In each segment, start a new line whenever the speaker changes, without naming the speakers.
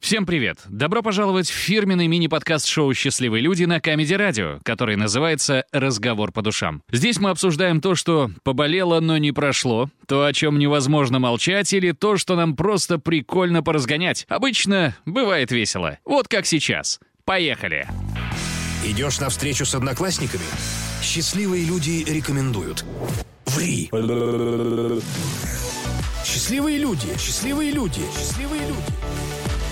Всем привет! Добро пожаловать в фирменный мини-подкаст шоу «Счастливые люди» на Камеди Радио, который называется «Разговор по душам». Здесь мы обсуждаем то, что поболело, но не прошло, то, о чем невозможно молчать, или то, что нам просто прикольно поразгонять. Обычно бывает весело. Вот как сейчас. Поехали!
Идешь на встречу с одноклассниками? Счастливые люди рекомендуют. Ври. Счастливые люди, счастливые люди, счастливые люди.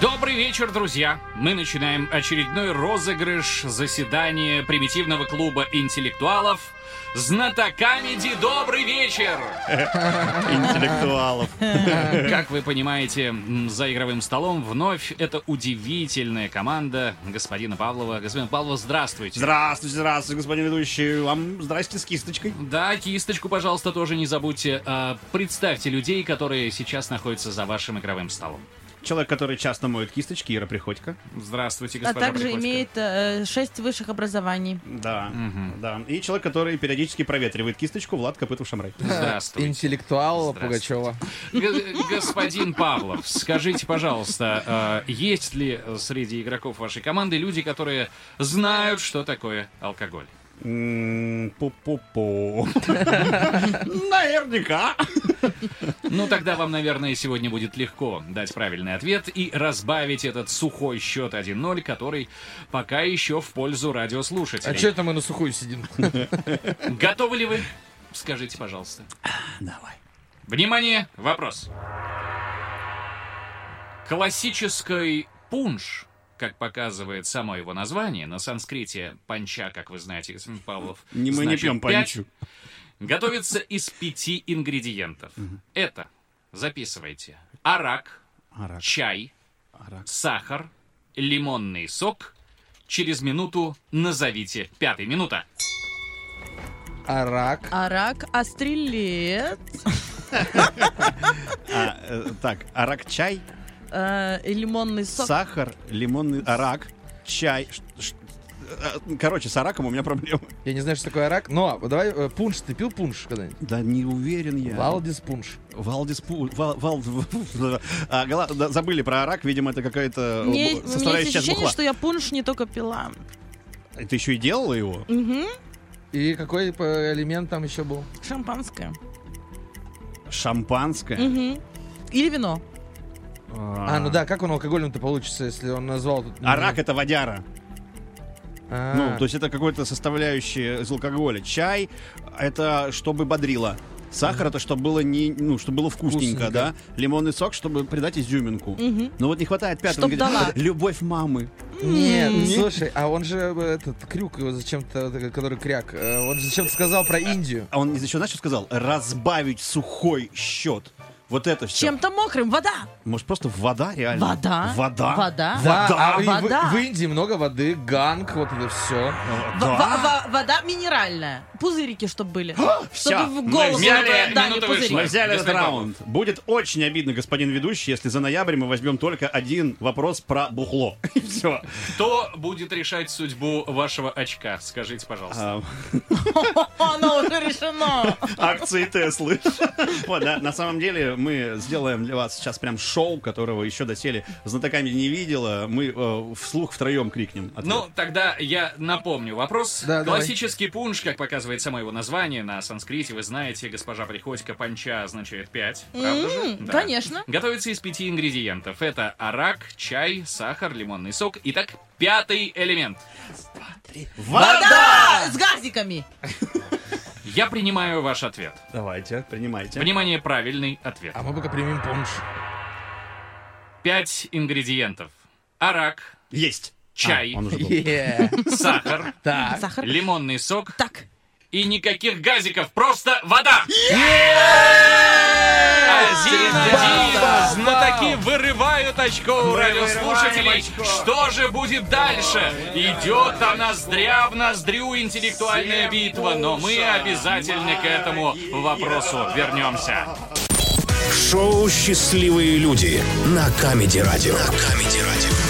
Добрый вечер, друзья! Мы начинаем очередной розыгрыш заседания примитивного клуба интеллектуалов «Знатокамеди. Добрый вечер!»
интеллектуалов.
Как вы понимаете, м, за игровым столом вновь это удивительная команда господина Павлова. Господин Павлов, здравствуйте!
Здравствуйте, здравствуйте, господин ведущий. Вам здрасте с кисточкой.
Да, кисточку, пожалуйста, тоже не забудьте. А, Представьте людей, которые сейчас находятся за вашим игровым столом.
Человек, который часто моет кисточки, Ира Приходько.
Здравствуйте,
А
госпожа
также
Приходько.
имеет э, шесть высших образований.
Да, да. И человек, который периодически проветривает кисточку, Влад Копытов Шамрай.
Здравствуйте.
Интеллектуала
Здравствуйте.
Пугачева.
Г- Господин Павлов, скажите, пожалуйста, э, есть ли среди игроков вашей команды люди, которые знают, что такое алкоголь?
М, Пу-пу-пу. Наверняка.
Ну, тогда вам, наверное, сегодня будет легко дать правильный ответ и разбавить этот сухой счет 1-0, который пока еще в пользу радиослушателей.
А что это мы на сухую сидим?
Готовы ли вы? Скажите, пожалуйста.
Давай.
Внимание, вопрос. Классический пунш, как показывает само его название, на санскрите панча, как вы знаете, господин Павлов.
Не, мы не
значит,
пьем
пять,
панчу.
Готовится из пяти ингредиентов. Это, записывайте, арак,
Арак.
чай,
Арак.
сахар, лимонный сок. Через минуту назовите. Пятая минута.
Арак.
Арак, астрелет,
А, э, Так, арак-чай,
э, и лимонный сок.
сахар, лимонный арак, чай. Ш- ш- э, Короче, с араком у меня проблемы.
Я не знаю, что такое арак. Но давай э, пунш. Ты пил пунш когда-нибудь?
Да не уверен я.
Валдис пунш.
Валдис Пу... Вал... Вал... А, гала- да, забыли про арак, видимо, это какая-то бу-
Мне, у меня
составляющая
есть
сейчас
ощущение,
бухла.
что я пунш не только пила.
Ты еще и делала его?
Мгм.
И какой э, элемент там еще был?
Шампанское.
Э.
Шампанское?
Мгм. Или вино.
А, ну да, как он алкогольным-то получится, если он назвал... тут-
Арак это водяра.
А,
Ну, то есть это какой-то составляющая из алкоголя. Чай это чтобы бодрило. Сахар это чтобы было не, ну, чтобы было вкусненько,
Вкусненько.
да. Лимонный сок, чтобы придать изюминку.
Мгм.
Но вот не хватает пятого.
Чтоб
ингредиента.
дала.
Любовь мамы.
Нет,
Нет.
слушай, а он же э, этот крюк его зачем-то, э, который кряк, э, он же зачем-то сказал про Индию.
А он еще, знаешь, что сказал? Разбавить сухой счет. Вот это все.
Чем-то мокрым. Вода.
Может, просто вода реально?
Вода.
Э, Вода.
Вода.
Да, а и в-
Вода.
В, Индии много воды, ганг, вот это все.
Э,
Во-
да.
во- во- Вода минеральная. Пузырики, чтобы были.
всё,
Чтобы в
мы
голову
взяли,
вот дали
минута
пузырики.
вышла.
Мы взяли этот
Господин
раунд. Будет очень обидно, господин ведущий, если за ноябрь мы возьмем только один вопрос про бухло. И все.
Кто будет решать судьбу вашего очка? Скажите, пожалуйста.
А,
А,
Оно уже решено.
Акции Теслы. Вот, да, на самом деле мы сделаем для вас сейчас прям шоу, которого еще доселе знатоками не видела. Мы э, вслух втроем крикнем. ответ.
Ну, тогда я напомню вопрос.
Да, давай.
Классический пунш, как показывает само его название на санскрите, вы знаете, госпожа Приходько, панча означает пять, правда же?
М,
Да.
Конечно.
Готовится из пяти ингредиентов. Это арак, чай, сахар, лимонный сок. Итак, пятый элемент.
Вода! С газиками.
Я принимаю ваш ответ.
Давайте, принимайте.
Внимание, правильный ответ.
А мы пока примем помощь.
Пять ингредиентов. Арак,
Есть.
чай,
А, он уже был.
Е,
сахар,
Так.
Сахар.
лимонный сок
Так.
и никаких газиков, просто вода.
Ребята!
Один-один. Знатоки вырывают очко у радиослушателей. Что же будет дальше? Идет она зря в ноздрю интеллектуальная битва, но мы обязательно к этому вопросу вернемся.
Шоу «Счастливые люди» на Камеди Радио. На Камеди Радио.